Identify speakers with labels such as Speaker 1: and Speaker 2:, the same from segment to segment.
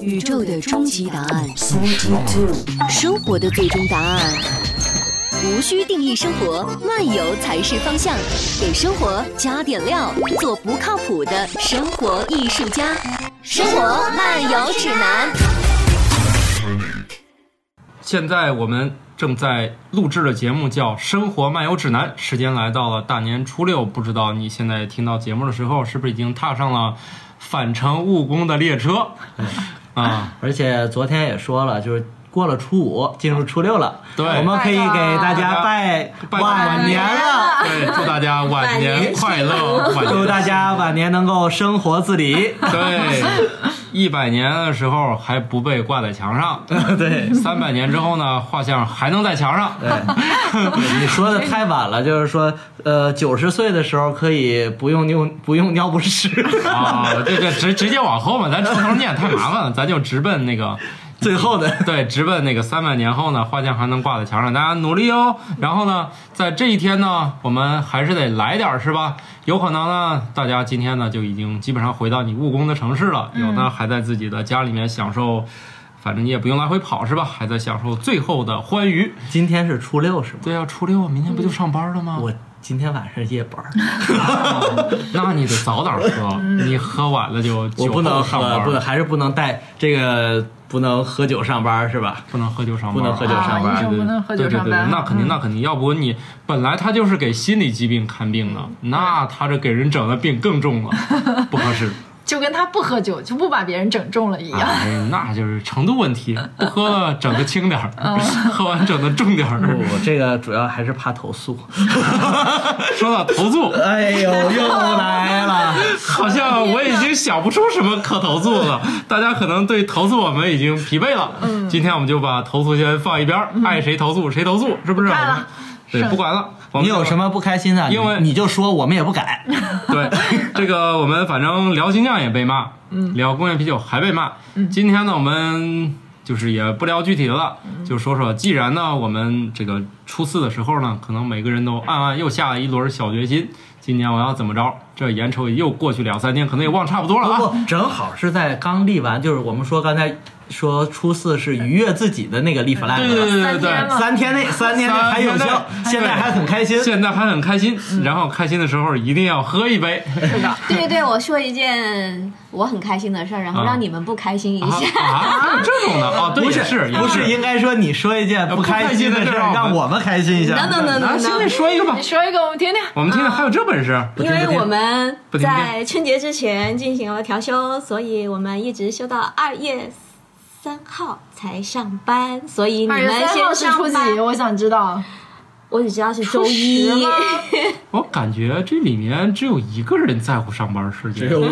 Speaker 1: 宇宙的终极答案，生活的最终答案。无需定义生活，漫游才是方向。给生活加点料，做不靠谱的生活艺术家。生活漫游指南。
Speaker 2: 现在我们正在录制的节目叫《生活漫游指南》，时间来到了大年初六，不知道你现在听到节目的时候，是不是已经踏上了返程务工的列 车？啊，
Speaker 3: 而且昨天也说了，就是过了初五，进入初六了，
Speaker 2: 对
Speaker 3: 我们可以给大家拜
Speaker 2: 拜
Speaker 3: 晚年了，
Speaker 2: 对，祝大家晚年快 乐，晚
Speaker 3: 祝
Speaker 2: 年
Speaker 3: 大家晚年能够生活自理。
Speaker 2: 对，一百年的时候还不被挂在墙上，
Speaker 3: 对，
Speaker 2: 三百年之后呢，画像还能在墙上。
Speaker 3: 你说的太晚了，就是说，呃，九十岁的时候可以不用尿不用尿不湿，
Speaker 2: 啊，这个直直接往后嘛，咱从头念太麻烦了，咱就直奔那个。
Speaker 3: 最后的
Speaker 2: 对，直奔那个三百年后呢，画像还能挂在墙上，大家努力哦。然后呢，在这一天呢，我们还是得来点儿，是吧？有可能呢，大家今天呢就已经基本上回到你务工的城市了，有呢还在自己的家里面享受，反正你也不用来回跑，是吧？还在享受最后的欢愉。
Speaker 3: 今天是初六是吗？
Speaker 2: 对啊，初六，明天不就上班了吗？
Speaker 3: 嗯我今天晚上夜班儿，
Speaker 2: 那你得早点喝，你喝晚了就
Speaker 3: 我
Speaker 2: 酒
Speaker 3: 不
Speaker 2: 后
Speaker 3: 能
Speaker 2: 上
Speaker 3: 喝，
Speaker 2: 班
Speaker 3: 不能还是不能带这个，不能喝酒上班是吧？
Speaker 2: 不能喝酒上班，
Speaker 3: 不能喝酒上班嗯
Speaker 4: 啊你就不能喝酒上班
Speaker 2: 对对对，那肯定，那肯定，要不你本来他就是给心理疾病看病的，
Speaker 3: 嗯
Speaker 2: 那他这给人整的病更 重了，不合适。
Speaker 4: 就跟他不喝酒就不把别人整中了一
Speaker 5: 啊
Speaker 4: 样。
Speaker 2: 哎，那就是程度问题，不喝了整的轻 点
Speaker 3: 哦
Speaker 2: 儿， 喝完整的重点
Speaker 3: 不
Speaker 2: 儿。，
Speaker 3: 这个主要还是怕投诉。
Speaker 2: 说到投诉，
Speaker 3: 哎呦，又来了！
Speaker 2: 好像我已经想不出什么可投诉了，
Speaker 3: 嗯
Speaker 2: 大家可能对投诉我们已经疲惫了。今天我们就把投诉先放一边
Speaker 3: 嗯
Speaker 2: 儿，爱谁投诉谁投诉，是不是？
Speaker 4: 不干了
Speaker 2: 对，
Speaker 4: 是
Speaker 2: 不管了。我
Speaker 3: 你
Speaker 2: 们
Speaker 3: 有什么不开心的？
Speaker 2: 因为
Speaker 3: 你你就说，我们也不改。
Speaker 2: 对，这个我们反正聊精酿也被骂，嗯，聊工业啤酒还被骂。今天呢，我们就是也不聊具体的了，就说说，既然呢，我们这个初四的时候呢，可能每个人都暗暗又下了一轮小决心，今年我要怎么着？这眼瞅又过去两三天，可能也忘差不多了
Speaker 3: 不
Speaker 2: 啊。
Speaker 3: 过正好是在刚立完，就是我们说刚才说初四是愉悦自己的那个立 flag，
Speaker 2: 对对对对对
Speaker 4: 三天了
Speaker 3: 三天内三天内还有效，
Speaker 2: 三
Speaker 3: 现在还很开心。
Speaker 2: 现在还很开心，然后开心的时候一定要喝一杯。
Speaker 5: 对对对，我说一件我很开心的事儿，然后让你们不开心一
Speaker 2: 啊
Speaker 5: 下。
Speaker 2: 啊，还有这种的啊，对，
Speaker 3: 不
Speaker 2: 也
Speaker 3: 是
Speaker 2: 是也
Speaker 3: 不是，应该说你说一件不开心的
Speaker 2: 不开心
Speaker 3: 事
Speaker 2: 的事儿
Speaker 3: 儿，让我们开心一下。
Speaker 5: 等等等
Speaker 2: 啊，
Speaker 5: 等
Speaker 2: 现在
Speaker 5: 等，
Speaker 2: 说一个吧
Speaker 4: 你，说一个我们听听。
Speaker 2: 我们听听还有这本事。
Speaker 5: 因为我们
Speaker 2: 不停不停
Speaker 5: 在春节之前进行了调休，所以我们一直休到二月三号才上班，所以你
Speaker 4: 二月
Speaker 5: 们
Speaker 4: 三号
Speaker 5: 先
Speaker 4: 是初
Speaker 5: 上
Speaker 4: 几？
Speaker 5: 班。
Speaker 4: 我想知道。
Speaker 5: 我只知道是
Speaker 4: 初
Speaker 5: 周
Speaker 4: 十
Speaker 5: 一
Speaker 4: 吗，
Speaker 2: 我感觉这里面只有一个人在乎上班时间，
Speaker 3: 我。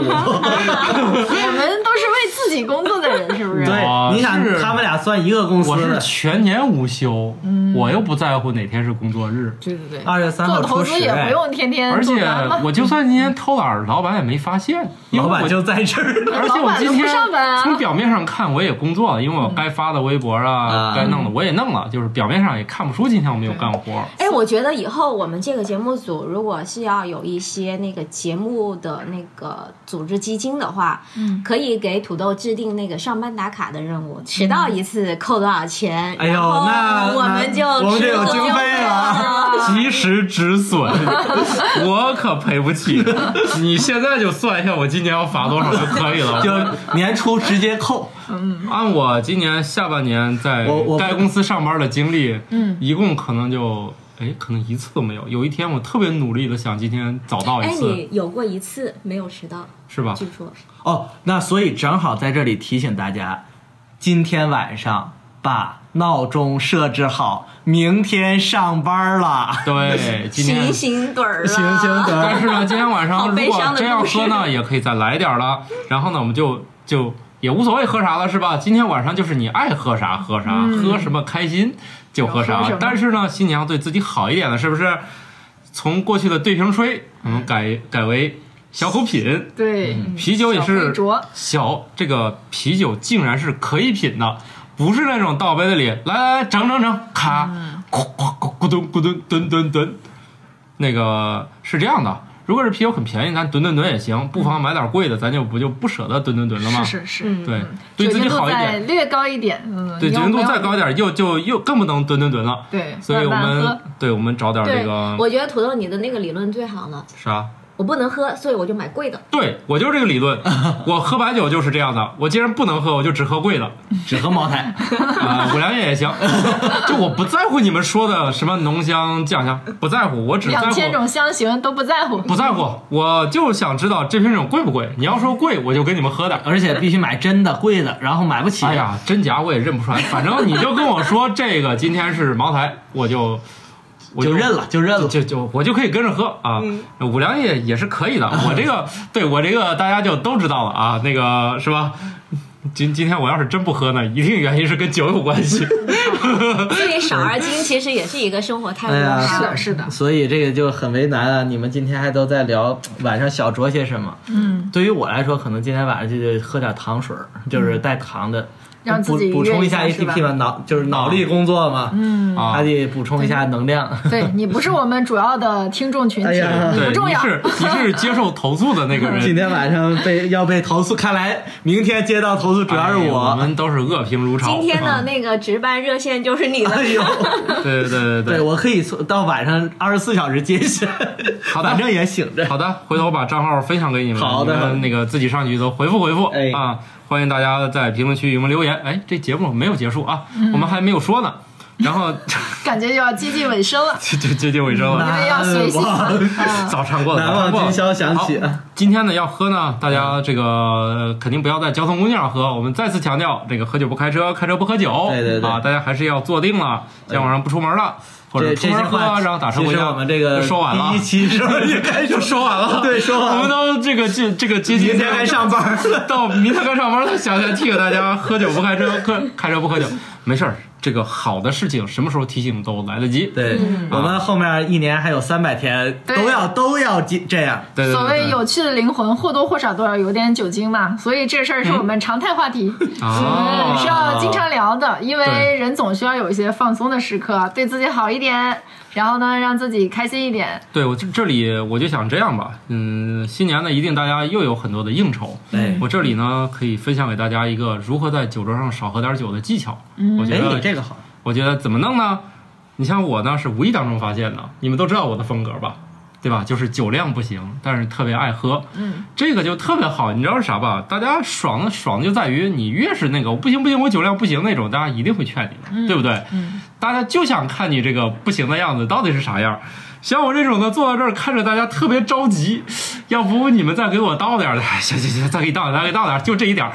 Speaker 4: 我们都是为自己工作的 人，是不是？
Speaker 2: 我
Speaker 3: 对，你想
Speaker 2: 是
Speaker 3: 他们俩算一个公司
Speaker 2: 我是
Speaker 3: 的。
Speaker 2: 全年无休，
Speaker 4: 嗯
Speaker 2: 我又不在乎哪天是工作日，
Speaker 4: 对对对。
Speaker 3: 二月三号
Speaker 4: 做
Speaker 3: 初
Speaker 4: 投
Speaker 3: 十
Speaker 4: 资，也不
Speaker 3: 哎
Speaker 4: 用天天
Speaker 2: 而
Speaker 4: 做
Speaker 2: 且
Speaker 4: 单嘛。
Speaker 2: 我就算今天偷懒儿，老板也没发现，因为
Speaker 3: 老板
Speaker 2: 我
Speaker 3: 就在这儿呢。
Speaker 2: 而且我今
Speaker 4: 老板都
Speaker 2: 天
Speaker 4: 不上班啊
Speaker 2: 从表面上看我也工作了，因为我该发的微博啊，
Speaker 3: 嗯
Speaker 2: 该弄的我也弄了，就是表面上也看不出今天我没有干
Speaker 4: 啊
Speaker 2: 活。
Speaker 5: 哎，我觉得以后我们这个节目组如果是要有一些那个节目的那个组织基金的话，嗯，可以给土豆制定那个上班打卡的任务，迟到一次扣多少钱，
Speaker 3: 哎呦，
Speaker 5: 然后
Speaker 3: 那
Speaker 5: 我们就
Speaker 3: 那我们就有
Speaker 5: 吃喝
Speaker 3: 经费啊了。
Speaker 2: 及时止损， 我可赔不 起。你现在就算一下我今年要罚多少就可以了。
Speaker 3: 就年初直接扣，
Speaker 2: 按我今年下半年在
Speaker 3: 我我
Speaker 2: 该公司上班的经历，嗯，一共可能就哎，可能一次都没有。有一天我特别努力的想今天早到一
Speaker 5: 哎，
Speaker 2: 次，
Speaker 5: 你有过一次没有迟到，
Speaker 2: 是吧？
Speaker 5: 据说
Speaker 3: 哦，那所以正好在这里提醒大家，今天晚上把闹钟设置好，明天上班了。
Speaker 2: 对，今
Speaker 5: 醒
Speaker 2: 天
Speaker 5: 一。醒盹儿啊了，
Speaker 3: 行啊行，
Speaker 2: 但
Speaker 3: 得
Speaker 2: 是呢，今天晚 上
Speaker 5: 好
Speaker 2: 如
Speaker 5: 悲
Speaker 2: 果
Speaker 5: 伤的
Speaker 2: 真要
Speaker 5: 故事
Speaker 2: 喝呢，也可以再来点儿了。然后呢，我们就就也无所谓喝啥了，是吧？今天晚上就是你爱喝啥喝啥，
Speaker 5: 嗯
Speaker 2: 喝什么开心就喝
Speaker 4: 就喝
Speaker 2: 啥
Speaker 4: 什么。
Speaker 2: 但是呢，新娘对自己好一点了，是不是？从过去的对瓶吹，我们改改为小口品。
Speaker 4: 对，
Speaker 2: 嗯啤酒也
Speaker 4: 嗯小
Speaker 2: 是
Speaker 4: 杯酌
Speaker 2: 小，这个啤酒竟然是可以品的，不是那种倒杯子里来来来整整整，
Speaker 4: 嗯
Speaker 2: 咔，咕咕咕咕咚咕咚吨吨吨，那个是这样的。如果是啤酒很便宜，咱吨吨吨也行，不妨买点贵的，咱就不就不舍得吨吨吨了吗？
Speaker 4: 是是是，
Speaker 5: 嗯，
Speaker 2: 对，对
Speaker 4: 酒
Speaker 2: 自己
Speaker 4: 精度
Speaker 2: 好一
Speaker 4: 再
Speaker 2: 点，
Speaker 4: 略高一点，嗯，
Speaker 2: 对
Speaker 4: 你
Speaker 2: 酒
Speaker 4: 要
Speaker 2: 精度
Speaker 4: 没有
Speaker 2: 再高一点，又就又更不能吨吨吨了。
Speaker 4: 对，
Speaker 2: 所以我
Speaker 4: 慢慢
Speaker 2: 们
Speaker 4: 喝
Speaker 2: 对我们找点
Speaker 5: 对
Speaker 2: 这个
Speaker 5: 我觉得土豆你的那个理论最好了，
Speaker 2: 啥？
Speaker 5: 我不能喝，所以我就买贵的。
Speaker 2: 对我就是这个理 论，我喝白酒就是这样的。我既然不能喝，我就只喝贵的，
Speaker 3: 只喝茅台，
Speaker 2: 啊、五粮液 也行。就我不在乎你们说的什么浓香酱香，不在乎，我只在
Speaker 4: 两千
Speaker 2: 乎
Speaker 4: 种香型都不在乎，
Speaker 2: 不在乎，我就想知道这瓶酒贵不贵。你要说贵，我就给你们喝点。
Speaker 4: 哎
Speaker 3: 而且必须买真的贵的，然后买不起。
Speaker 2: 哎呀，真假我也认不出来，反正你就跟我说这个今天是茅台，我就我
Speaker 3: 就认了，就认了。
Speaker 2: 就就我就可以跟着喝啊，
Speaker 4: 嗯
Speaker 2: 五粮液也是可以 的。我这个对我这个大家就都知道了啊，那个是吧？今今天我要是真不喝呢，一定原因是跟酒有关 系。
Speaker 5: 所以少而精其实也是一个生活态度啊
Speaker 3: 哎呀
Speaker 5: 的事
Speaker 4: 是
Speaker 5: 儿。
Speaker 4: 的，是的，
Speaker 3: 所以这个就很为难啊！你们今天还都在聊晚上小酌些什么？
Speaker 4: 嗯，
Speaker 3: 对于我来说，可能今天晚上就得喝点糖水儿，就是带糖的，
Speaker 4: 嗯让自
Speaker 3: 补
Speaker 4: 己愉悦
Speaker 3: 补充一下
Speaker 4: 一下是吧
Speaker 3: ATP 嘛，脑就是脑力工作嘛，嗯，
Speaker 2: 啊
Speaker 3: 还得补充一下 能量。
Speaker 4: 对你不是我们主要的听众群
Speaker 3: 哎
Speaker 4: 体，
Speaker 3: 呀
Speaker 4: 你
Speaker 2: 对，
Speaker 4: 不重
Speaker 2: 你
Speaker 4: 要，
Speaker 2: 是你是接受投诉的那个
Speaker 3: 今
Speaker 2: 人。哎
Speaker 3: 天晚上被要被投诉，看来明天接到投诉主要是
Speaker 2: 哎我，
Speaker 3: 我。
Speaker 2: 们都是恶评如潮。
Speaker 5: 今天
Speaker 2: 啊
Speaker 5: 的那个值班热线就是你的
Speaker 3: 哎，呦，
Speaker 2: 对对对
Speaker 3: 对
Speaker 2: 对
Speaker 3: 我可以从到晚上二十四小时接线，
Speaker 2: 好的
Speaker 3: 反正也醒
Speaker 2: 对，
Speaker 3: 着。
Speaker 2: 好的，回头我把账号分享给你们，
Speaker 3: 好的
Speaker 2: 你们那个自己上去都回复回复
Speaker 3: 哎
Speaker 2: 啊。欢迎大家在评论区给我们留言。哎，这节目没有结束啊，
Speaker 4: 嗯
Speaker 2: 我们还没有说呢。然后
Speaker 4: 感觉又要接近尾声了，
Speaker 2: 就就接近尾声了
Speaker 4: 因。为要随 性
Speaker 3: 难
Speaker 4: 嘛
Speaker 3: 忘
Speaker 4: 啊，
Speaker 2: 早唱过了，
Speaker 3: 难
Speaker 2: 早唱
Speaker 3: 忘
Speaker 2: 过了
Speaker 3: 今宵想起
Speaker 2: 好今天呢要喝呢，大家这个呃肯定不要在交通工具上喝。我们再次强调，这个喝酒不开车，开车不喝酒。
Speaker 3: 对对对
Speaker 2: 啊，大家还是要坐定了，今天晚上不出门了，或者
Speaker 3: 这
Speaker 2: 出
Speaker 3: 这些
Speaker 2: 门喝，
Speaker 3: 话，
Speaker 2: 然后打车回
Speaker 3: 其实
Speaker 2: 家。
Speaker 3: 我们这个
Speaker 2: 就说完了
Speaker 3: 第一，期是不是也该
Speaker 2: 就 说完了。
Speaker 3: 对说完了
Speaker 2: 我们都这个这这个接近
Speaker 3: 明天该上班
Speaker 5: 嗯
Speaker 3: 了。
Speaker 2: 到明天该上班了，想想提醒大家喝酒不开车，喝开车不喝酒，没事儿。这个好的事情什么时候提醒都来得及。
Speaker 3: 对，我们后面一年还有三百天，
Speaker 4: 对
Speaker 3: 都要都要这这样。
Speaker 2: 对对对
Speaker 4: 所
Speaker 2: 对
Speaker 4: 谓有趣的灵魂，或多或少都要有点酒精嘛，所以这事儿是我们常态话题，
Speaker 2: 哦
Speaker 4: 嗯，是要经常聊的，因为人总需要有一些放松的时刻，对自己好一点，然后呢，让自己开心一点，
Speaker 2: 对我这这里我就想这样吧，嗯，新年呢一定大家又有很多的应酬，
Speaker 3: 对，
Speaker 2: 我这里呢可以分享给大家一个如何在酒桌上少喝点酒的技巧。我觉
Speaker 3: 哎，你
Speaker 2: 得
Speaker 3: 这个好，
Speaker 2: 我觉得怎么弄呢？你像我呢是无意当中发现的，你们都知道我的风格吧，对吧？就是酒量不行，但是特别爱喝。嗯，这个就特别好，你知道是啥吧？大家爽的爽就在于你越是那个我不行不行，我酒量不行那种，大家一定会劝你的，对不对？嗯，大家就想看你这个不行的样子到底是啥样。像我这种的坐到这儿看着大家特别着急，要不你们再给我倒点儿来，行行行，再给你倒点儿，再给你倒点儿，就这一点儿。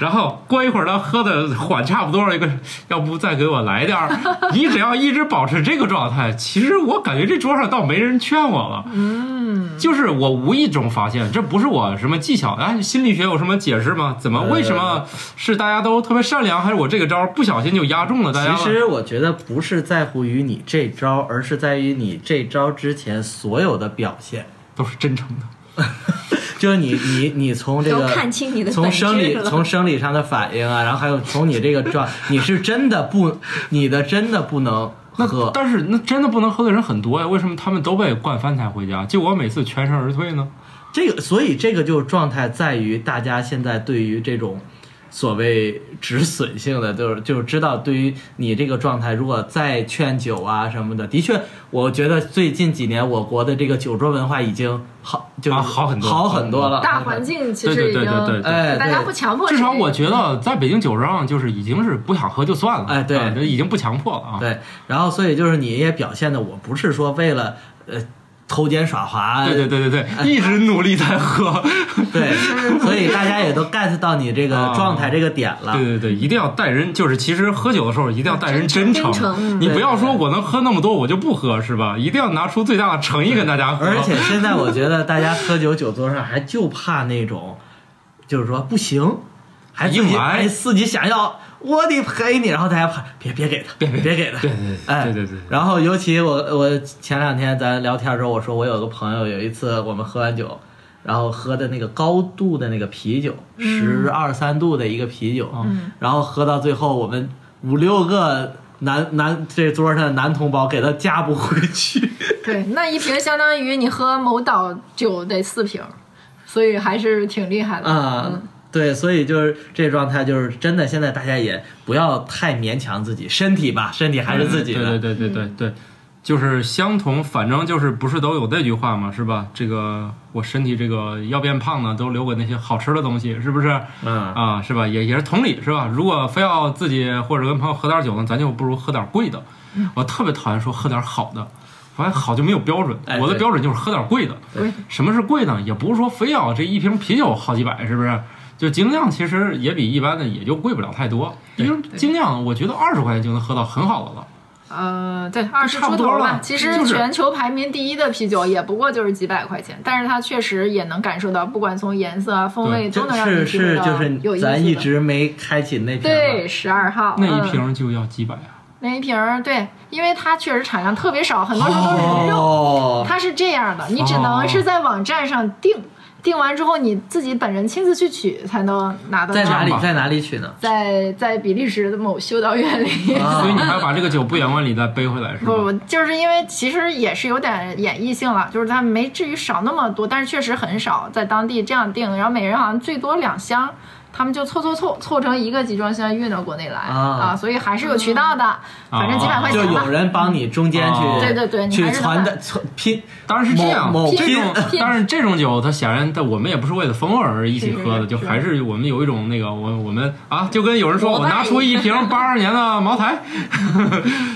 Speaker 2: 然后过一会儿他喝的缓差不多了，一个要不再给我来点儿。 你只要一直保持这个状态，其实我感觉这桌上倒没人劝我了。嗯，就是我无意中发现，这不是我什么技巧，哎，心理学有什么解释吗？怎么为什么是大家都特别善良，还是我这个招儿不小心就压中了大家了？
Speaker 3: 其实我觉得不是在乎于你这招，而是在于你这招之前所有的表现。
Speaker 2: 都是真诚的。
Speaker 3: 就是你你你从这
Speaker 5: 都
Speaker 3: 个
Speaker 5: 看清你的
Speaker 3: 从
Speaker 5: 本质
Speaker 3: 生理
Speaker 5: 了
Speaker 3: 从生理上的反应啊，然后还有从你这个状，你是真的不，你的真的不能喝。
Speaker 2: 但是那真的不能喝的人很多呀，为什么他们都被灌翻才回家？就我每次全身而退呢？
Speaker 3: 这个，所以这个就是状态在于大家现在对于这种所谓止损性的，就是就是知道对于你这个状态，如果再劝酒啊什么的，的确，我觉得最近几年我国的这个酒桌文化已经好，就是
Speaker 2: 啊好很多
Speaker 3: 好很多了。
Speaker 4: 大环境其
Speaker 2: 对
Speaker 4: 实
Speaker 2: 对
Speaker 4: 已经
Speaker 2: 对对对对。
Speaker 3: 哎，
Speaker 4: 大家
Speaker 3: 对
Speaker 4: 不强迫谁，
Speaker 2: 至少我觉得，在北京酒桌上，就是已经是不想喝就算了，
Speaker 3: 哎对
Speaker 2: 啊这已经不强迫了啊。
Speaker 3: 对，然后所以就是你也表现的，我不是说为了呃偷奸耍滑，
Speaker 2: 对对对对
Speaker 3: 哎
Speaker 2: 对，一直努力在 喝。
Speaker 3: 对所以大家也都 get 到你这个
Speaker 2: 啊
Speaker 3: 状态这个点了。
Speaker 2: 对对对，一定要待人，就是其实喝酒的时候一定要待人真诚，
Speaker 5: 真诚
Speaker 2: 你不要
Speaker 3: 对
Speaker 2: 说
Speaker 3: 对
Speaker 2: 我能喝那么多，我就不喝是吧？一定要拿出最大的诚意跟大家喝。
Speaker 3: 而且现在我觉得大家喝酒酒桌上还就怕那种，就是说不行，还自己
Speaker 2: 硬来
Speaker 3: 还自己想要，我得陪你，然后大家怕别别给他，别
Speaker 2: 别
Speaker 3: 别给他，
Speaker 2: 对对对
Speaker 3: 哎
Speaker 2: 对对对对
Speaker 3: 然后尤其我我前两天咱聊天的时候，我说我有个朋友有一次我们喝完酒。然后喝的那个高度的那个啤酒，十二三度的一个啤酒，然后喝到最后，我们五六个男男这桌上的男同胞给他加不回去，
Speaker 4: 对，那一瓶相当于你喝某岛酒得四瓶，所以还是挺厉害的。
Speaker 3: 啊、
Speaker 4: 嗯
Speaker 3: 对，所以就是这状态，就是真的。现在大家也不要太勉强自己，身体吧，身体还是自己的。
Speaker 2: 嗯对对对对对对，就是相同，反正就是不是都有那句话嘛，是吧？这个我身体这个要变胖呢，都留给那些好吃的东西，是不是？
Speaker 3: 嗯，
Speaker 2: 啊，是吧？也也是同理，是吧？如果非要自己或者跟朋友喝点酒呢，咱就不如喝点贵的。
Speaker 3: 嗯
Speaker 2: 我特别讨厌说喝点好的，反正好就没有标准
Speaker 3: 哎。
Speaker 2: 我的
Speaker 3: 对
Speaker 2: 标准就是喝点贵的。
Speaker 4: 对
Speaker 2: 什么是贵呢？也不是说非要这一瓶啤酒好几百，是不是？就精酿其实也比一般的也就贵不了太多，
Speaker 3: 对
Speaker 2: 因为精酿我觉得二十块钱就能喝到很好的了。
Speaker 4: 呃，对，二十
Speaker 2: 差
Speaker 4: 出
Speaker 2: 不多
Speaker 4: 头吧
Speaker 2: 了。
Speaker 4: 其实
Speaker 2: 就是
Speaker 4: 全球排名第一的啤酒也不过就是几百块钱，但是它确实也能感受到，不管从颜色啊、风味，都
Speaker 3: 就
Speaker 4: 能让你
Speaker 3: 是
Speaker 4: 体会
Speaker 3: 是
Speaker 4: 到
Speaker 3: 就
Speaker 4: 有
Speaker 3: 是
Speaker 4: 意
Speaker 3: 咱
Speaker 4: 思
Speaker 3: 一
Speaker 4: 的
Speaker 3: 直没开启那瓶
Speaker 4: 对
Speaker 3: 嘛，
Speaker 4: 十二号
Speaker 2: 那一、
Speaker 4: 嗯
Speaker 2: 瓶就要几百啊！
Speaker 4: 那一瓶儿对，因为它确实产量特别少，很多时候都是人肉。
Speaker 3: 哦，
Speaker 4: 它是这样的，你只能是在网站上订，订完之后你自己本人亲自去取才能拿到。
Speaker 3: 在哪里
Speaker 2: 吧
Speaker 3: 在哪里取呢？
Speaker 4: 在在比利时的某修道院里。
Speaker 3: 啊
Speaker 2: 所以你还要把这个酒不远万里再背回来，是吧？
Speaker 4: 嗯不，就是因为其实也是有点演绎性了，就是它没至于少那么多，但是确实很少，在当地这样定，然后每人好像最多两箱，他们就凑凑凑凑成一个集装箱运到国内来
Speaker 3: 啊
Speaker 4: 所以还是有渠道的，反正几百块
Speaker 3: 就
Speaker 4: 钱吧
Speaker 3: 有。人帮你中间去，
Speaker 2: 哦
Speaker 4: 对对对你
Speaker 3: 去
Speaker 4: 还是能
Speaker 3: 传
Speaker 4: 买
Speaker 3: 的传拼，
Speaker 2: 当然是这样，
Speaker 3: 某某
Speaker 2: 这种
Speaker 4: 拼
Speaker 2: 但是这种酒，它显然，但我们也不是为了风味而一起喝的，
Speaker 4: 是是
Speaker 2: 就是还是我们有一种那个，我我们啊，就跟有人说
Speaker 5: 膜
Speaker 2: 我
Speaker 5: 拜
Speaker 2: 拿出一 瓶八二年的茅台，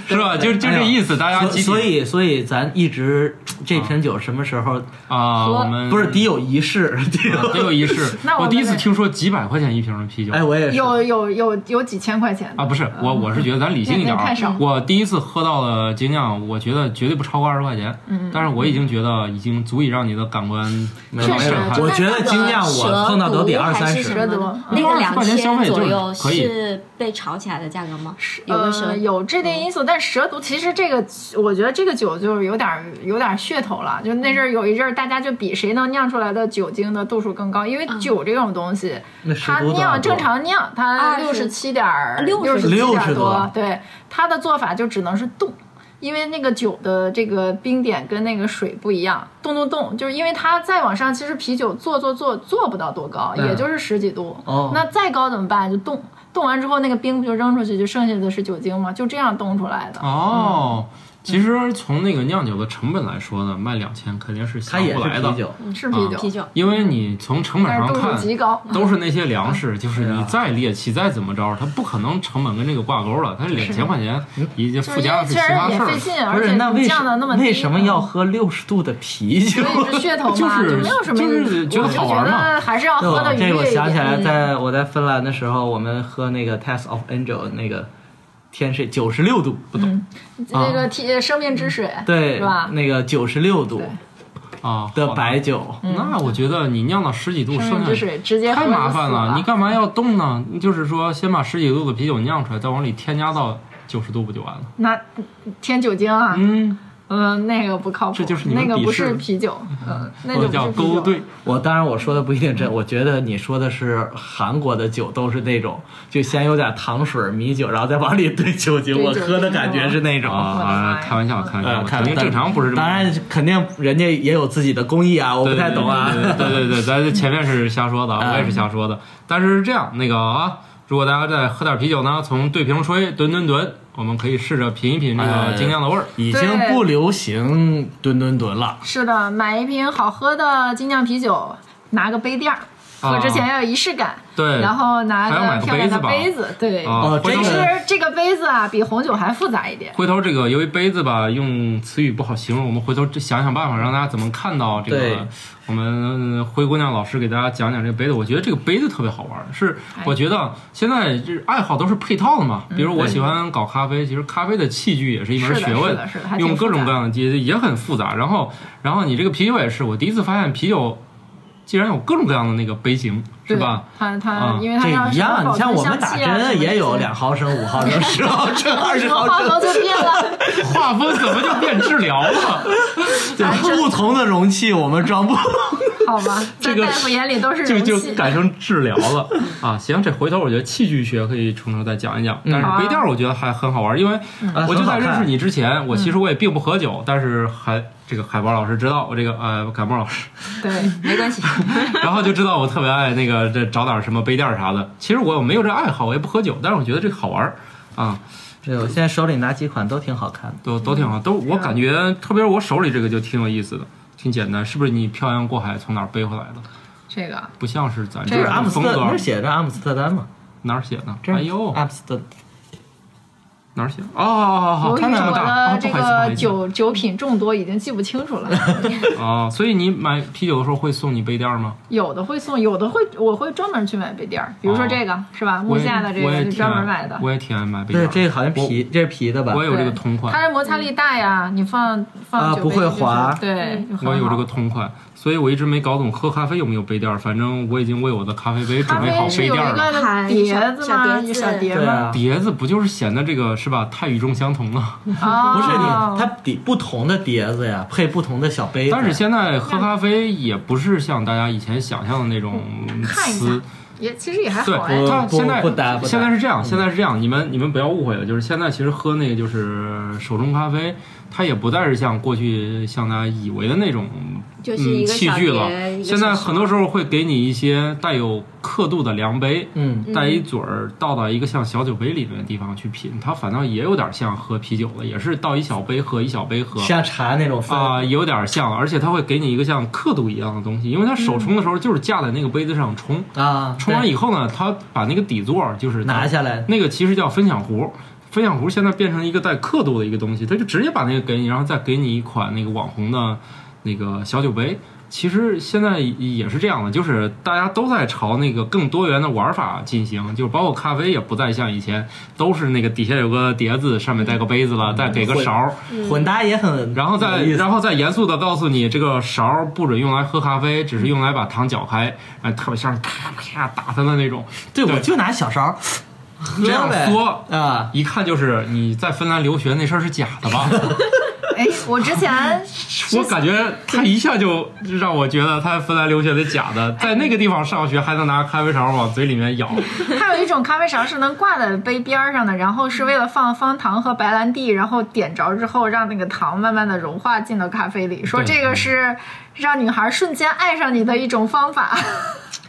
Speaker 2: 是吧？就就
Speaker 3: 哎
Speaker 2: 这
Speaker 3: 呦
Speaker 2: 意思，大家
Speaker 3: 所
Speaker 2: 集体
Speaker 3: 所以所以咱一直这瓶酒什么时候
Speaker 2: 啊，
Speaker 4: 喝。
Speaker 2: 我们
Speaker 3: 不是得有仪式？得
Speaker 2: 啊
Speaker 3: 有
Speaker 2: 得有仪式
Speaker 4: 那
Speaker 2: 我
Speaker 4: 我们
Speaker 2: 第一次
Speaker 4: 得
Speaker 2: 听说几百块钱一瓶的啤酒，
Speaker 3: 哎，我也是
Speaker 4: 有有有有几千块钱的
Speaker 2: 啊，不是我，我是觉得咱理性一点
Speaker 4: 嗯那那太
Speaker 2: 啊
Speaker 4: 少。
Speaker 2: 我第一次喝到了精酿，我觉得绝对不超过二十块钱，
Speaker 4: 嗯
Speaker 2: 但是我已经觉得已经足以让你的感官
Speaker 3: 没有
Speaker 5: 确
Speaker 3: 没
Speaker 5: 实
Speaker 3: 有
Speaker 2: 震，撼。
Speaker 3: 我觉得
Speaker 5: 就在那个
Speaker 3: 精酿我碰到都得
Speaker 5: 蛇毒
Speaker 3: 二三
Speaker 5: 还是
Speaker 3: 十
Speaker 5: 什么的
Speaker 4: 蛇毒
Speaker 5: 那
Speaker 2: 哎嗯
Speaker 5: 个
Speaker 2: 20块
Speaker 5: 两
Speaker 2: 钱消
Speaker 5: 千
Speaker 2: 费就
Speaker 5: 左
Speaker 2: 是
Speaker 5: 右
Speaker 2: 可以
Speaker 5: 是被炒起来的价格吗？有
Speaker 4: 呃
Speaker 5: 个蛇
Speaker 4: 有制定因素，但蛇毒其实这个，我觉得这个酒就是有点儿有点儿噱头了。就那阵儿有一阵儿，大家就比谁能酿出来的酒精的度数更高，因为酒这种东西，
Speaker 3: 那十
Speaker 4: 它
Speaker 3: 多多少多
Speaker 4: 酿正常酿，它六十七点儿啊六
Speaker 5: 60
Speaker 4: 七点
Speaker 3: 60多
Speaker 4: 多，对，它的做法就只能是冻。因为那个酒的这个冰点跟那个水不一样，冻冻冻，就是因为它再往上，其实啤酒做做做做不到多高，
Speaker 3: 嗯
Speaker 4: 也就是十几度。
Speaker 3: 哦
Speaker 4: 那再高怎么办？就冻，冻完之后那个冰不就扔出去，就剩下的是酒精嘛，就这样冻出来的。
Speaker 2: 哦，
Speaker 4: 嗯
Speaker 2: 其实从那个酿酒的成本来说呢，卖两千肯定是
Speaker 3: 它
Speaker 2: 下
Speaker 3: 也
Speaker 2: 不
Speaker 3: 是
Speaker 2: 来
Speaker 3: 嗯啊
Speaker 2: 的，
Speaker 3: 啤酒，
Speaker 4: 是啤酒，
Speaker 5: 啤酒，
Speaker 2: 因为你从成本
Speaker 4: 但是
Speaker 2: 上
Speaker 4: 度数
Speaker 2: 看，
Speaker 4: 极高。
Speaker 2: 都是那些粮食，就是
Speaker 3: 对
Speaker 2: 你
Speaker 3: 啊
Speaker 2: 再猎奇再怎么着，它不可能成本跟这个挂钩了，它两千块钱
Speaker 3: 嗯
Speaker 2: 已经
Speaker 4: 就
Speaker 2: 附
Speaker 4: 是因
Speaker 2: 加
Speaker 4: 为
Speaker 2: 是
Speaker 4: 确
Speaker 2: 其
Speaker 4: 实
Speaker 2: 他
Speaker 4: 也
Speaker 2: 事
Speaker 4: 费
Speaker 2: 儿。
Speaker 4: 劲，
Speaker 3: 不
Speaker 4: 而
Speaker 3: 是
Speaker 4: 且
Speaker 3: 那为
Speaker 4: 降的
Speaker 3: 什
Speaker 4: 那么低，啊
Speaker 3: 为什么要喝六十度的啤酒？
Speaker 4: 所以是噱头嘛，
Speaker 2: 就是
Speaker 4: 没有什么意义，
Speaker 2: 就是觉得
Speaker 4: 我就
Speaker 2: 好玩
Speaker 4: 觉
Speaker 2: 嘛
Speaker 4: 得还是要
Speaker 3: 对
Speaker 4: 喝的愉悦
Speaker 3: 哦这
Speaker 4: 一
Speaker 3: 我
Speaker 4: 点。嗯
Speaker 3: 想起来，在我在芬兰的时候，我们喝那个 Test of Angel 那个天水九十六度，不懂
Speaker 4: 那
Speaker 3: 哦
Speaker 4: 个体生命之水，
Speaker 3: 对
Speaker 4: 嗯是吧？
Speaker 3: 那个九十六度
Speaker 4: 对
Speaker 2: 啊
Speaker 3: 的
Speaker 2: 好吧
Speaker 3: 白酒，
Speaker 2: 那我觉得你酿到十几度，
Speaker 4: 生
Speaker 2: 剩
Speaker 4: 命之
Speaker 2: 下
Speaker 4: 水直接 喝
Speaker 2: 太
Speaker 4: 嗯就
Speaker 2: 麻烦
Speaker 4: 死
Speaker 2: 了。你干嘛要冻呢？就是说，先把十几度的啤酒酿出来，再往里添加到九十度，不就完了？
Speaker 4: 那添酒精啊？
Speaker 2: 嗯，
Speaker 4: 嗯，那个不靠谱，
Speaker 2: 这就是你们
Speaker 4: 那个不
Speaker 2: 鄙视
Speaker 4: 是啤酒，嗯，那
Speaker 2: 这
Speaker 4: 就
Speaker 2: 叫
Speaker 4: 不是
Speaker 2: 勾
Speaker 4: 啤酒。
Speaker 2: 兑。
Speaker 3: 我当然我说的不一定真，我觉得你说的是韩国的酒都是那种，就先有点糖水、米酒，然后再往里兑酒精。
Speaker 4: 对
Speaker 3: 我
Speaker 4: 酒
Speaker 3: 喝的
Speaker 4: 精
Speaker 3: 感觉
Speaker 4: 哦
Speaker 3: 是那种。
Speaker 4: 我的妈
Speaker 2: 啊
Speaker 4: 呀，
Speaker 2: 开玩笑，哎开玩
Speaker 3: 呃
Speaker 2: 笑，
Speaker 3: 看
Speaker 2: 肯定正常不是这么。
Speaker 3: 当然肯定人家也有自己的工艺啊，我不
Speaker 2: 对
Speaker 3: 太懂啊。
Speaker 2: 对对对对对，咱这前面是瞎说的，啊，
Speaker 3: 嗯
Speaker 2: 我也是瞎说的。但是是这样，那个啊，如果大家再喝点啤酒呢，从对瓶吹，吨吨吨，我们可以试着品一品这个
Speaker 3: 哎
Speaker 2: 精酿的味儿。
Speaker 3: 已经不流行吨吨吨了，
Speaker 4: 是的，买一瓶好喝的精酿啤酒，拿个杯垫儿，喝之前要有仪式感，
Speaker 2: 啊对，
Speaker 4: 然后拿
Speaker 2: 还要买
Speaker 4: 个
Speaker 2: 个
Speaker 4: 漂亮的
Speaker 2: 杯
Speaker 4: 杯子，对。
Speaker 2: 啊
Speaker 3: 哦，
Speaker 2: 回
Speaker 4: 其
Speaker 2: 头
Speaker 3: 这
Speaker 4: 实
Speaker 3: 个
Speaker 4: 这个杯子啊，比红酒还复杂一点。
Speaker 2: 回头这个由于杯子吧，用词语不好形容，我们回头这想想办法，让大家怎么看到这
Speaker 3: 对
Speaker 2: 个。我们灰姑娘老师给大家讲讲这个杯子，我觉得这个杯子特别好玩儿。是
Speaker 4: 哎嗯
Speaker 2: 我觉得现在这爱好都是配套的嘛，比如我
Speaker 3: 对
Speaker 2: 喜欢搞咖啡，其实咖啡的器具也是一门
Speaker 4: 是的
Speaker 2: 学问
Speaker 4: 是的是的还，挺
Speaker 2: 用各
Speaker 4: 复杂
Speaker 2: 种各样的机也很复杂。然后，然后你这个啤酒也是，我第一次发现啤酒竟然有各种各样的那个杯型，是
Speaker 4: 对
Speaker 2: 吧？？
Speaker 4: 它它
Speaker 2: 啊，
Speaker 4: 因为它要
Speaker 3: 这一
Speaker 4: 什
Speaker 3: 样，
Speaker 4: 么
Speaker 3: 你像
Speaker 4: 保
Speaker 3: 我
Speaker 4: 存
Speaker 3: 们打
Speaker 4: 香气啊
Speaker 3: 针也有， 两
Speaker 4: 什
Speaker 3: 毫升、五毫 升、十毫升、二十
Speaker 4: 么
Speaker 3: 毫
Speaker 4: 花头
Speaker 3: 升，
Speaker 4: 就变 了。
Speaker 2: 画风怎么就变治疗了？
Speaker 3: 对，不同的容器我们装不。
Speaker 4: 好吧，
Speaker 2: 这
Speaker 4: 在
Speaker 2: 个
Speaker 4: 大夫眼里都是
Speaker 2: 就
Speaker 4: 容
Speaker 2: 就
Speaker 4: 器。
Speaker 2: 改成治疗了啊！行，这回头我觉得器具学可以从头再讲一讲，但是
Speaker 4: 好啊
Speaker 2: 杯垫儿我觉得还很好玩，因为
Speaker 3: 嗯啊
Speaker 2: 我就在认识，
Speaker 3: 很好看
Speaker 2: 你之前，我其
Speaker 3: 嗯
Speaker 2: 实我也并不喝酒，但是还这个海豹老师知道我这个呃感冒老 师，
Speaker 4: 对，
Speaker 5: 没关系，
Speaker 2: 然后就知道我特别爱那个这找点儿什么杯垫儿啥的。其实我没有这爱好，我也不喝酒，但是我觉得这个好玩儿啊，
Speaker 3: 对我现在手里拿几款都挺好看的。
Speaker 2: 都都
Speaker 3: 嗯
Speaker 2: 挺好，都
Speaker 3: 啊
Speaker 2: 我感觉特别是我手里这个就挺有意思的。挺简单，是不是你漂洋过海从哪儿背回来的？
Speaker 4: 这个
Speaker 2: 不像是咱
Speaker 4: 这
Speaker 2: 这
Speaker 3: 不
Speaker 4: 个
Speaker 3: 是阿姆斯
Speaker 2: 风
Speaker 3: 特，
Speaker 2: 格
Speaker 3: 不是写着阿姆斯特丹吗？
Speaker 2: 哪儿写的？
Speaker 3: 这啊
Speaker 2: 哎呦，
Speaker 3: 阿姆斯特，
Speaker 2: 哪儿写？哦哦哦
Speaker 4: 由
Speaker 2: 哦，
Speaker 4: 于
Speaker 2: 他那么
Speaker 4: 我
Speaker 2: 大啊，
Speaker 4: 的
Speaker 2: 不
Speaker 4: 这
Speaker 2: 好意思，不好
Speaker 4: 个
Speaker 2: 意思
Speaker 4: 酒酒品众多，已经记不 清楚了。
Speaker 2: 啊，所以你买啤酒的时候会送你杯垫儿吗？
Speaker 4: 有的会送，有的会我会专门去买杯垫儿，比如说这个是吧？
Speaker 2: 哦我
Speaker 4: 木
Speaker 2: 也
Speaker 4: 下的这
Speaker 2: 我也
Speaker 4: 个就
Speaker 2: 挺
Speaker 4: 专门
Speaker 2: 爱
Speaker 4: 买的。
Speaker 2: 我也挺爱买杯垫
Speaker 3: 对
Speaker 2: 儿，的。
Speaker 3: 这个好像皮，这是皮的吧
Speaker 2: 我？也有这个
Speaker 4: 对
Speaker 2: 同款，
Speaker 4: 它的摩擦力大呀，你放放
Speaker 3: 啊
Speaker 4: 酒
Speaker 3: 不
Speaker 4: 杯
Speaker 3: 会
Speaker 4: 就是
Speaker 3: 滑
Speaker 4: 对，就
Speaker 2: 嗯
Speaker 4: 很
Speaker 2: 我有
Speaker 4: 好
Speaker 2: 这个同款，所以我一直没搞懂喝咖啡有没有杯垫儿。反正我已经为我的咖啡杯准
Speaker 4: 咖
Speaker 2: 备好
Speaker 4: 啡是
Speaker 2: 杯
Speaker 4: 有
Speaker 2: 垫
Speaker 4: 一
Speaker 2: 儿了。
Speaker 4: 个
Speaker 5: 嗨
Speaker 4: 碟子
Speaker 5: 小
Speaker 4: 吗？
Speaker 5: 碟子
Speaker 4: 小碟
Speaker 3: 对
Speaker 4: 吗？
Speaker 3: 啊，
Speaker 2: 碟子不就是显得这个是吧？太与众相同了。
Speaker 4: 啊，
Speaker 3: 不是你，它底不同的碟子呀，配不同的小杯子。
Speaker 2: 但是现在喝咖啡也不是像大家以前想象的那种
Speaker 4: 看一
Speaker 2: 瓷
Speaker 4: 下，也其实也还
Speaker 2: 对
Speaker 4: 好哎，，
Speaker 2: 它
Speaker 3: 不
Speaker 2: 现在
Speaker 3: 不搭不嗯搭
Speaker 2: 现在是这样，现在是这样，你们你们不要误会了，就是现在其实喝那个就是手冲咖啡，它也不再是像过去像大家以为的那种
Speaker 5: 就是一
Speaker 2: 嗯
Speaker 5: 个
Speaker 2: 器
Speaker 5: 小
Speaker 2: 具了
Speaker 5: 碟。一个
Speaker 2: 现在
Speaker 5: 小
Speaker 2: 很多时候会给你一些带有刻度的量杯，
Speaker 3: 嗯，
Speaker 2: 带一嘴儿倒到一个像小酒杯里面的地方去品，它反倒也有点像喝啤酒了，也是倒一小杯喝一小杯喝。
Speaker 3: 像茶那种分
Speaker 2: 啊、有点像，而且它会给你一个像刻度一样的东西，因为它手冲的时候就是架在那个杯子上冲，
Speaker 3: 啊，
Speaker 2: 冲完
Speaker 3: 对
Speaker 2: 以后呢，他把那个底座儿就是
Speaker 3: 拿下来，
Speaker 2: 那个其实叫分享壶，分享壶现在变成一个带刻度的一个东西，他就直接把那个给你，然后再给你一款那个网红的那个小酒杯。其实现在也是这样的，就是大家都在朝那个更多元的玩法进行，就包括咖啡也不再像以前都是那个底下有个碟子，上面带个杯子
Speaker 3: 嗯
Speaker 2: 了，再给个勺儿，
Speaker 3: 混搭也很，
Speaker 2: 然后再
Speaker 3: 有意思
Speaker 2: 然后再严肃的告诉你，这个勺儿不准用来喝咖啡，只是用来把糖搅开，哎，特别像是咔啪打它的那种。
Speaker 3: 对，
Speaker 2: 对
Speaker 3: 我就拿小勺
Speaker 2: 这
Speaker 3: 这
Speaker 2: 样
Speaker 3: 样呗
Speaker 2: 说，
Speaker 3: 啊，
Speaker 2: 一看就是你在芬兰留学那事儿是假的 吧？
Speaker 4: 哎，我之 前
Speaker 2: 我感觉他一下就让我觉得他在芬兰留学的假的，在那个地方上学还能拿咖啡勺往嘴里面咬，
Speaker 4: 还有一种咖啡勺是能挂在杯边儿上的，然后是为了放方糖和白兰地，然后点着之后让那个糖慢慢的融化进到咖啡里。说
Speaker 2: 对
Speaker 4: 这个是让女孩瞬间爱上你的一种方法。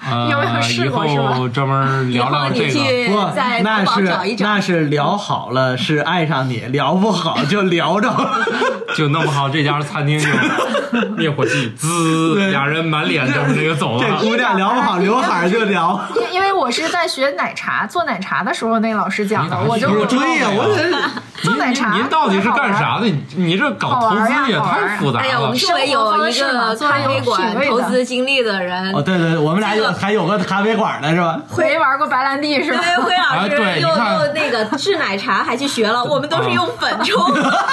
Speaker 2: 呃
Speaker 4: 有没有，
Speaker 2: 以
Speaker 4: 试过是吧
Speaker 2: 后专门聊聊这
Speaker 5: 以
Speaker 2: 个。
Speaker 5: 后你去
Speaker 3: 不，
Speaker 5: 在
Speaker 3: 那
Speaker 5: 淘宝
Speaker 3: 是
Speaker 5: 找一找
Speaker 3: 那是聊好了是爱上你，聊不好就 聊着了。
Speaker 2: 就弄不好这家餐厅就 灭火器，滋，
Speaker 3: 对
Speaker 2: 俩人满脸都是这个走啊
Speaker 3: 这
Speaker 2: 了。
Speaker 3: 姑娘聊不好，刘海儿就聊。
Speaker 4: 因因为我是在学奶茶做奶茶的时候，那老师讲的，
Speaker 2: 哎你咋
Speaker 4: 我就
Speaker 2: 学
Speaker 3: 不是
Speaker 2: 这
Speaker 3: 对呀，我
Speaker 4: 做奶哎茶
Speaker 2: 哎您您到底是干啥的？你你这搞投资也
Speaker 4: 好玩
Speaker 2: 太
Speaker 4: 儿啊呀
Speaker 2: 复杂
Speaker 5: 哎呀，我
Speaker 2: 了
Speaker 5: 们。作为有一个咖啡馆投资经历的人
Speaker 2: 啊
Speaker 3: 哦，，对对，对我们俩有还有个咖啡馆呢，是吧？
Speaker 4: 没玩过白兰 地是吧？
Speaker 5: 对，辉老
Speaker 3: 啊
Speaker 2: 哎
Speaker 5: 师
Speaker 2: 对你
Speaker 5: 又
Speaker 2: 看
Speaker 5: 又那个制奶茶还去学了，我们都是用粉冲。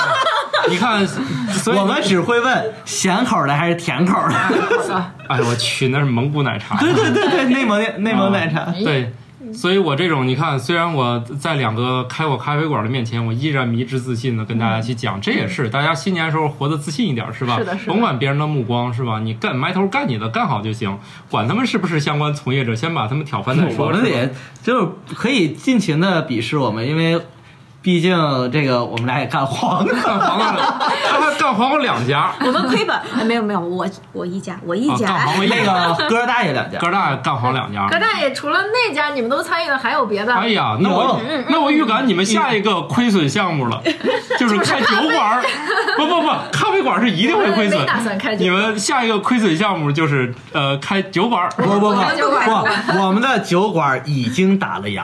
Speaker 2: 你 看，所以
Speaker 3: 我们只会问咸口的还是甜口的。
Speaker 2: 哎呦我去，那是蒙古奶茶。
Speaker 3: 对对对对，内蒙的内蒙奶茶。
Speaker 4: 哎
Speaker 2: 对，所以我这种你看，虽然我在两个开过咖啡馆的面前，我依然迷之自信的跟大家去讲，这也是大家新年的时候活得自信一点，是吧？
Speaker 4: 嗯是的是的
Speaker 2: 甭管别人的目光，是吧？你干埋头干你的，干好就行，管他们是不是相关从业者，先把他们挑翻再说。
Speaker 3: 嗯我们
Speaker 2: 是吧
Speaker 3: 也就是可以尽情的鄙视我们，因为毕竟这个我们俩也干黄 的。
Speaker 2: 干黄了，他还干黄了两家，
Speaker 5: 我们亏本，哎没有没有，我我一家我一
Speaker 2: 啊，干
Speaker 5: 家
Speaker 2: 黄了一
Speaker 3: 那
Speaker 2: 家，
Speaker 3: 个哥儿大爷两家，
Speaker 2: 哥大干黄两家
Speaker 4: 可。大爷除了那家，你们都参与的还啊有别的？
Speaker 2: 哎呀，那我
Speaker 4: 嗯
Speaker 3: 有
Speaker 2: 那我预感你们下一个亏损项 目了，就是开酒馆儿，不不不，咖啡馆是一定会亏
Speaker 4: 我
Speaker 2: 损
Speaker 4: 没打算开。酒馆
Speaker 2: 你们下一个亏损项目就是呃开酒馆儿
Speaker 3: 不不不
Speaker 4: 我们酒馆
Speaker 3: 不，我们的酒馆已经打了烊。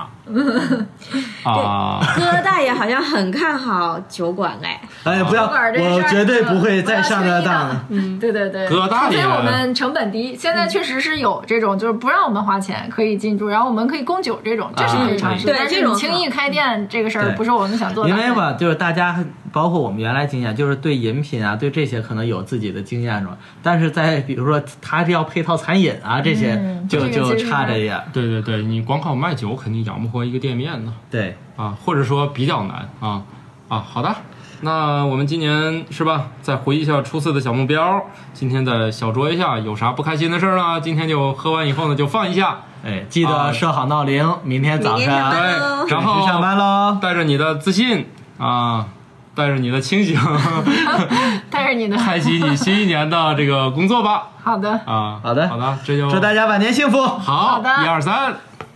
Speaker 2: 啊，
Speaker 5: 哥大爷好像很看好酒馆哎，
Speaker 3: 哎，不要，
Speaker 4: 偶尔这事儿
Speaker 3: 我绝对不会再上这当
Speaker 4: 不要
Speaker 3: 了。
Speaker 4: 嗯，对对对，
Speaker 2: 葛大
Speaker 4: 除
Speaker 2: 爷
Speaker 4: 非我们成本低，现在确实是有这种，就是不让我们花钱可以进驻，然后我们可以供酒这种，这是可以尝试的。
Speaker 5: 对
Speaker 4: 但是
Speaker 5: 这种
Speaker 4: 你轻易开店这个事儿
Speaker 3: 对
Speaker 4: 不是我们想做的。
Speaker 3: 因为 吧，就是大家包括我们原来经验，就是对饮品啊，对这些可能有自己的经验是吧？但是在比如说，他是要配套餐饮啊，这些、
Speaker 4: 嗯
Speaker 3: 就
Speaker 4: 这个
Speaker 3: 就
Speaker 4: 其实
Speaker 3: 差着一点。
Speaker 2: 对对对，你光靠卖酒肯定养不活一个店面的
Speaker 3: 对，
Speaker 2: 啊，或者说比较难啊啊，好的，那我们今年是吧，再回忆一下初四的小目标，今天再小酌一下，有啥不开心的事儿呢？今天就喝完以后呢，就放一下，
Speaker 3: 哎，记得设好闹铃，明天早
Speaker 5: 明天早
Speaker 3: 上
Speaker 5: 上
Speaker 2: 对
Speaker 5: 嗯，
Speaker 2: 然后
Speaker 3: 准时上班喽。
Speaker 2: 带着你的自信啊，带着你的清醒，
Speaker 4: 带着你的
Speaker 2: 开启你新一年的这个工作吧
Speaker 4: 好的。
Speaker 2: 啊！
Speaker 3: 好的
Speaker 2: 好的，这就
Speaker 3: 祝大家晚年幸福。
Speaker 2: 好，
Speaker 4: 好的
Speaker 2: 一二三，
Speaker 5: 拜